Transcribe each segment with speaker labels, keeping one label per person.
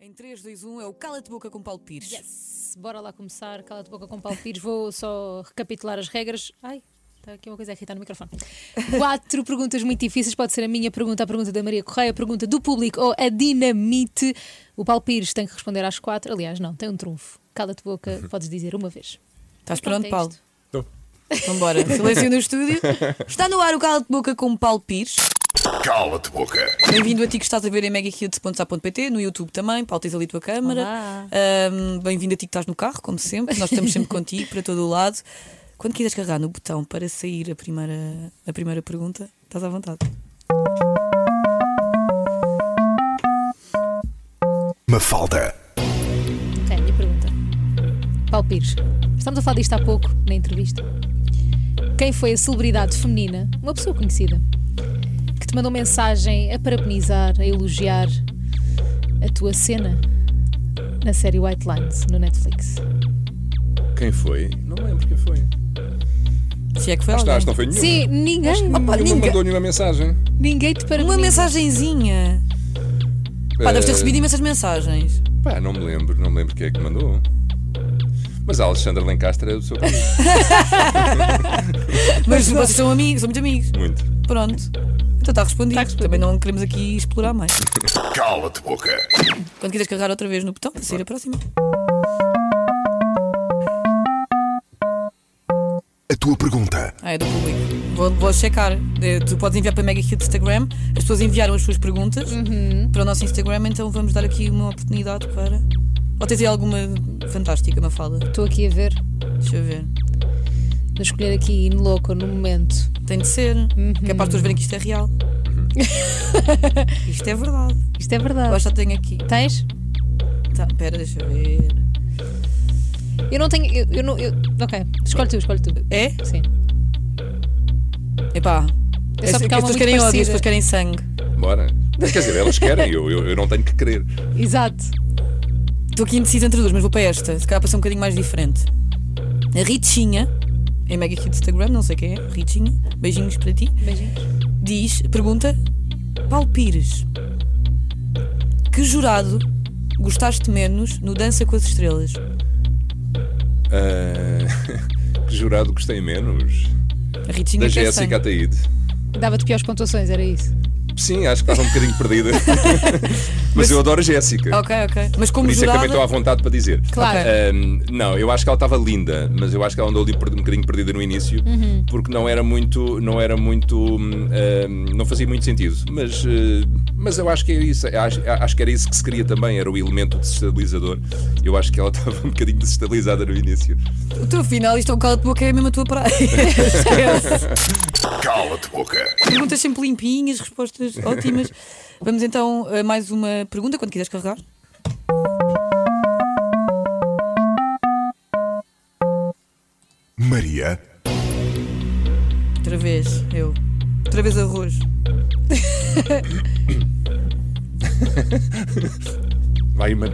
Speaker 1: Em 3, 2, 1 é o Cala-te Boca com Paulo Pires.
Speaker 2: Yes! Bora lá começar, cala-te boca com Paulo Pires, vou só recapitular as regras. Ai, está aqui uma coisa a irritar no microfone. Quatro perguntas muito difíceis, pode ser a minha pergunta, a pergunta da Maria Correia, a pergunta do público ou a dinamite. O Paulo Pires tem que responder às quatro, aliás, não, tem um trunfo. Cala-te boca, podes dizer uma vez.
Speaker 1: Estás
Speaker 2: Pronto,
Speaker 1: pronto,
Speaker 2: é
Speaker 1: Paulo?
Speaker 2: isto.
Speaker 1: Então bora. Silêncio no estúdio. Está no ar o Cala-te Boca com Paulo Pires.
Speaker 3: Cala-te boca.
Speaker 1: Bem-vindo a ti que estás a ver em megacute.a.pt, no YouTube também. Paulo, tens ali a tua câmara.
Speaker 2: Olá.
Speaker 1: Ahm, Bem-vindo a ti que estás no carro, como sempre. Nós estamos sempre contigo, para todo o lado. Quando quiseres carregar no botão para sair a primeira, a primeira pergunta, estás à vontade.
Speaker 3: Mafalda.
Speaker 2: Ok, minha pergunta. Paulo Pires, estamos a falar disto há pouco, na entrevista. Quem foi a celebridade feminina, uma pessoa conhecida, que te mandou mensagem a parabenizar, a elogiar a tua cena na série White Lines no Netflix?
Speaker 4: Quem foi? Não me lembro quem foi.
Speaker 1: Se é que foi
Speaker 4: Acho, que-
Speaker 1: alguém.
Speaker 4: acho que não foi nenhum.
Speaker 2: Sim, ninguém,
Speaker 4: Nenhuma
Speaker 1: ninguém-
Speaker 4: mandou nenhuma mensagem.
Speaker 2: ninguém te
Speaker 1: Uma
Speaker 2: parabeniza.
Speaker 1: mensagenzinha. Pá, deves ter
Speaker 4: Eh,
Speaker 1: recebido imensas mensagens.
Speaker 4: Pá, não me lembro, não me lembro quem é que mandou. Mas a Alexandra Lencastre era do seu país.
Speaker 1: Mas vocês são amigos, são muito amigos.
Speaker 4: Muito.
Speaker 1: Pronto. Então está respondido. Também não queremos aqui explorar mais.
Speaker 3: Cala-te boca.
Speaker 1: Quando quiseres carregar outra vez no botão para sair a próxima.
Speaker 3: A tua pergunta.
Speaker 1: Ah, é do público. Vou, vou checar. Eh, Tu podes enviar para Mega Hit Instagram. As pessoas enviaram as suas perguntas
Speaker 2: Uhum.
Speaker 1: para o nosso Instagram, então vamos dar aqui uma oportunidade para. Ou tens aí alguma fantástica, Mafalda?
Speaker 2: Estou aqui a ver,
Speaker 1: Deixa eu ver.
Speaker 2: a escolher aqui in loco, no momento.
Speaker 1: Tem de ser. Que é para as pessoas
Speaker 2: Uhum.
Speaker 1: verem que isto é real. isto é verdade.
Speaker 2: Isto é verdade.
Speaker 1: Eu acho que tenho aqui.
Speaker 2: Tens?
Speaker 1: Tá, pera, deixa eu ver.
Speaker 2: Eu não tenho. Eu, eu não, eu- ok, escolhe tu, escolhe tu.
Speaker 1: É?
Speaker 2: Sim.
Speaker 1: Epá.
Speaker 2: É
Speaker 1: As,
Speaker 2: só
Speaker 1: as
Speaker 2: porque há
Speaker 1: pessoas
Speaker 2: uma muito
Speaker 1: querem ódio, as
Speaker 2: parecida.
Speaker 1: pessoas querem sangue.
Speaker 4: Bora. Mas, quer dizer, elas querem, eu, eu, eu não tenho que querer.
Speaker 2: Exato.
Speaker 1: Estou aqui indecisa entre duas, mas vou para esta. Se calhar para ser um bocadinho mais diferente. A Ritinha, em Mega Hit Instagram, não sei quem é, Ritinha, beijinhos para ti,
Speaker 2: Beijinhos.
Speaker 1: diz, pergunta, Paulo Pires, que jurado gostaste menos no Dança com as Estrelas?
Speaker 4: Ah, que jurado gostei menos?
Speaker 1: A Ritinha
Speaker 4: Da
Speaker 1: quer
Speaker 4: Jéssica
Speaker 1: sangue.
Speaker 4: Ataíde.
Speaker 2: Dava-te piores pontuações, era isso.
Speaker 4: Sim, acho que estava um bocadinho perdida. Mas eu adoro a Jéssica.
Speaker 1: Ok, ok. Mas como
Speaker 4: Por isso é que
Speaker 1: jurado,
Speaker 4: também estou à vontade para dizer.
Speaker 2: Claro.
Speaker 4: Ahm, não, eu acho que ela estava linda, mas eu acho que ela andou ali per- um bocadinho perdida no início, porque não era muito, não era muito, hum, ahm, não fazia muito sentido. Mas, eh, mas eu acho que é isso, Eu acho, acho que era isso que se queria também, era o elemento desestabilizador. Eu acho que ela estava um bocadinho desestabilizada no início.
Speaker 1: o teu final, isto é um calo de boca, é mesmo a tua praia. Esquece.
Speaker 3: Cala-te boca.
Speaker 1: Perguntas sempre limpinhas, respostas ótimas. Vamos então a mais uma pergunta, quando quiseres carregar.
Speaker 3: Maria.
Speaker 1: Outra vez, eu. Outra vez arroz.
Speaker 4: Vai uma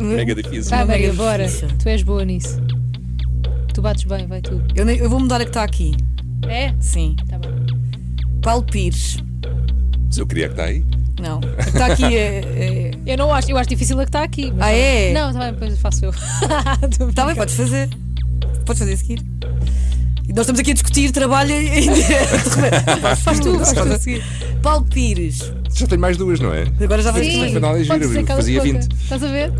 Speaker 4: mega difícil.
Speaker 2: Vai,
Speaker 1: Não,
Speaker 2: Maria,
Speaker 1: Maria,
Speaker 2: bora.
Speaker 1: difícil.
Speaker 2: Tu és boa nisso. Tu bates bem, vai tu.
Speaker 1: Eu, nem- eu vou mudar a que está aqui.
Speaker 2: É?
Speaker 1: Sim.
Speaker 2: Tá bem.
Speaker 1: Paulo Pires.
Speaker 4: Se eu queria que está aí.
Speaker 1: Não. A que está aqui é. é-
Speaker 2: Eu não acho, eu acho difícil a que está aqui. mas
Speaker 1: Ah,
Speaker 2: tá bem.
Speaker 1: é?
Speaker 2: Não, tá bem, depois faço eu. Tá
Speaker 1: Está bem, podes fazer. Podes fazer a seguir. E nós estamos aqui a discutir trabalho em direto. Faz, faz tu, faz tu a seguir. Paulo Pires.
Speaker 4: Já tenho mais duas, não é?
Speaker 1: Agora já vais
Speaker 4: Sim.
Speaker 1: ter
Speaker 4: Mas afinal é giro,
Speaker 2: pode ser
Speaker 4: eu
Speaker 2: cala-te
Speaker 4: fazia
Speaker 2: boca.
Speaker 4: 20.
Speaker 2: Estás a ver?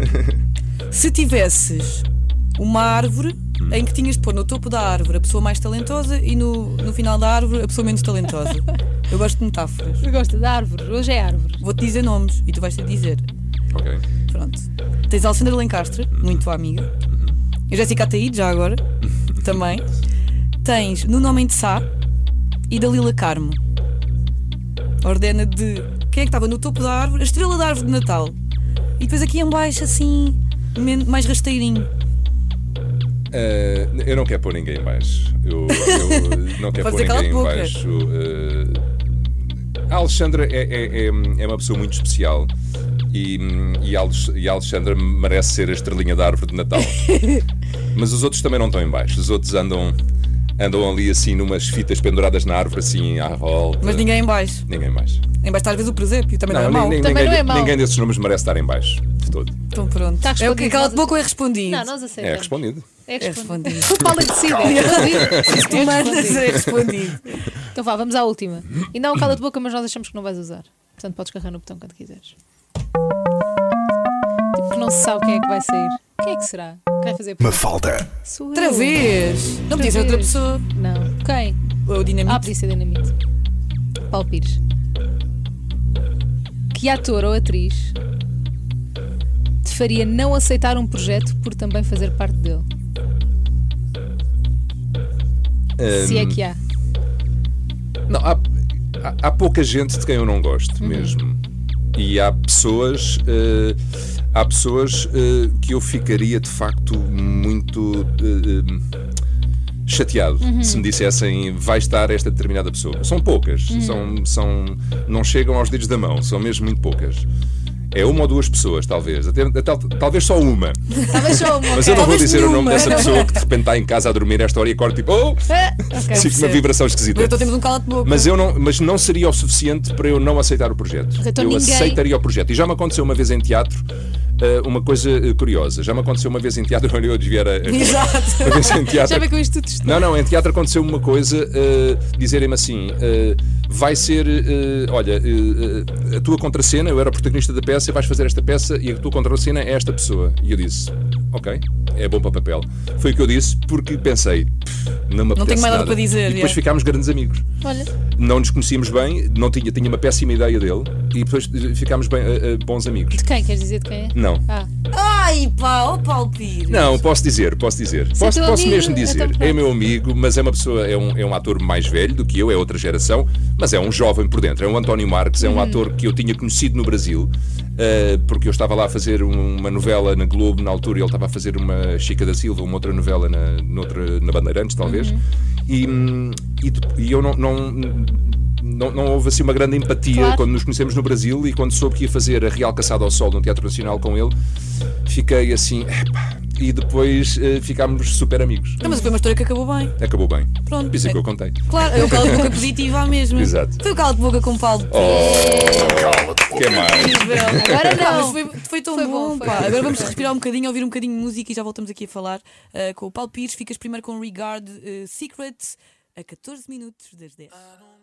Speaker 1: Se tivesses uma árvore em que tinhas de pôr no topo da árvore a pessoa mais talentosa e no, no final da árvore a pessoa menos talentosa. Eu gosto de metáforas.
Speaker 2: Eu gosto da árvore, hoje é árvore.
Speaker 1: Vou-te dizer nomes e tu vais ter de dizer.
Speaker 4: Ok.
Speaker 1: Pronto. Tens a Alexandra Lencastre, muito tua amiga. A Jéssica Ataíde, já agora. também. Tens no nome de Sá e Dalila Carmo. Ordena de quem é que estava no topo da árvore? A estrela da árvore de Natal. E depois aqui em baixo, assim, men- mais rasteirinho.
Speaker 4: Eh, eu não quero pôr ninguém em baixo. Eu, eu não
Speaker 1: Pode
Speaker 4: quero pôr
Speaker 1: dizer cala-te
Speaker 4: ninguém em
Speaker 1: boca.
Speaker 4: baixo. Eh, a Alexandra é, é- é- é uma pessoa muito especial. E, e a Alex- e a Alexandra merece ser a estrelinha da árvore de Natal. Mas os outros também não estão em baixo. Os outros andam, andam ali assim numas fitas penduradas na árvore, assim à volta.
Speaker 1: Mas ninguém em baixo.
Speaker 4: Ninguém mais.
Speaker 1: Em baixo está às vezes o presépio, também não, é mau.
Speaker 4: ninguém,
Speaker 2: Também não é
Speaker 4: de-
Speaker 2: mau.
Speaker 4: ninguém desses nomes merece estar em baixo. De todo.
Speaker 1: Então pronto.
Speaker 2: Tá
Speaker 1: é o que
Speaker 2: respondido,
Speaker 1: cala de
Speaker 2: nós-
Speaker 1: boca ou é respondido?
Speaker 2: Não, nós
Speaker 4: É
Speaker 2: aceitamos.
Speaker 4: respondido.
Speaker 2: É
Speaker 1: respondido.
Speaker 2: respondido. O Paulo é de si, é respondido.
Speaker 1: Tu mandas é respondido.
Speaker 2: Então vá, vamos à última. Ainda há um cala de boca, mas nós achamos que não vais usar. Portanto, podes carregar no botão quando quiseres. Tipo que não se sabe quem é que vai sair. Quem é que será? Quem vai fazer?
Speaker 3: Mafalda.
Speaker 2: Sou eu.
Speaker 1: Outra vez. Não podia ser outra
Speaker 2: vez.
Speaker 1: pessoa.
Speaker 2: Não. Quem?
Speaker 1: Ou o
Speaker 2: Ah,
Speaker 1: dinamite.
Speaker 2: podia ser dinamite. Paulo Pires. Que ator ou atriz te faria não aceitar um projeto por também fazer parte dele? Se é que há.
Speaker 4: Hum. Não, há, há, há pouca gente de quem eu não gosto
Speaker 1: Uhum.
Speaker 4: mesmo. E há pessoas, eh, há pessoas eh, que eu ficaria de facto muito eh, eh, chateado
Speaker 1: Uhum.
Speaker 4: se me dissessem vai estar esta determinada pessoa. São poucas,
Speaker 1: Uhum.
Speaker 4: são, são, não chegam aos dedos da mão, são mesmo muito poucas. É uma ou duas pessoas, talvez, até, tal- talvez só uma.
Speaker 2: Talvez só uma.
Speaker 4: Mas eu não vou
Speaker 1: Talvez
Speaker 4: dizer o nome
Speaker 1: nenhuma.
Speaker 4: dessa pessoa que de repente está em casa a dormir a esta hora e acorda tipo, oh,
Speaker 2: Ah,
Speaker 1: Sim,
Speaker 4: fico uma vibração esquisita.
Speaker 1: Mas então temos um cala de boca.
Speaker 4: Mas, eu não, mas não seria o suficiente para eu não aceitar o projeto.
Speaker 2: Então
Speaker 4: eu
Speaker 2: ninguém-
Speaker 4: aceitaria o projeto. E já me aconteceu uma vez em teatro eh, uma coisa eh, curiosa. Já me aconteceu uma vez em teatro, olha eu a desviar a. a-
Speaker 1: Exato.
Speaker 4: Uma vez
Speaker 2: Já
Speaker 4: em teatro.
Speaker 2: vem com isto tudo.
Speaker 4: Não, não, em teatro aconteceu uma coisa, eh, dizerem-me assim: eh, vai ser, eh, olha, eh, eh, a tua contracena, eu era o protagonista da peça, vais fazer esta peça e a tua contracena é esta pessoa. E eu disse: ok, é bom para papel. Foi o que eu disse porque pensei: "Pff, não me
Speaker 1: tenho
Speaker 4: apetece
Speaker 1: mais nada para dizer,
Speaker 4: E depois
Speaker 1: yeah.
Speaker 4: ficámos grandes amigos
Speaker 2: Olha,
Speaker 4: não nos conhecíamos bem, não tinha, tinha uma péssima ideia dele e depois eh, ficámos bem, eh, eh, bons amigos.
Speaker 2: de quem? Queres dizer de quem é?
Speaker 4: Não.
Speaker 2: Ah,
Speaker 1: Ai, pá, ó Paulo Pires.
Speaker 4: Não, posso dizer, posso dizer.
Speaker 2: Se é
Speaker 4: Posso,
Speaker 2: teu
Speaker 4: posso
Speaker 2: amigo,
Speaker 4: mesmo dizer.
Speaker 2: então pronto.
Speaker 4: É meu amigo, mas é uma pessoa, é um, é um ator mais velho do que eu, é outra geração, mas é um jovem por dentro. É um António Marques, é um ator que eu tinha conhecido no Brasil, eh, porque eu estava lá a fazer um- uma novela na Globo na altura e ele estava a fazer uma Chica da Silva, uma outra novela na, noutra, na Bandeirantes, talvez. E, hum, e de- e eu não- não não, não houve assim uma grande empatia
Speaker 2: Claro.
Speaker 4: quando nos conhecemos no Brasil e quando soube que ia fazer a Real Caçada ao Sol no Teatro Nacional com ele, fiquei assim, epá, e depois eh, ficámos super amigos.
Speaker 1: Não, mas foi uma história que acabou bem.
Speaker 4: Acabou bem.
Speaker 1: Pronto.
Speaker 4: Por isso é que eu contei.
Speaker 1: Claro, é um cala de boca positivo à mesma.
Speaker 4: Exato. Oh.
Speaker 1: Foi o cala de boca com o Paulo Pires.
Speaker 3: Cala-te boca.
Speaker 4: Que é mais?
Speaker 2: Agora
Speaker 1: Pá, mas
Speaker 2: não.
Speaker 1: foi, foi tão
Speaker 2: Foi
Speaker 1: bom,
Speaker 2: bom, foi
Speaker 1: pá.
Speaker 2: bom.
Speaker 1: Agora vamos respirar um bocadinho, ouvir um bocadinho de música e já voltamos aqui a falar eh, ah, com o Paulo Pires. Ficas primeiro com Regard eh, Secret a 14 minutos das
Speaker 5: I
Speaker 1: 10.
Speaker 5: don't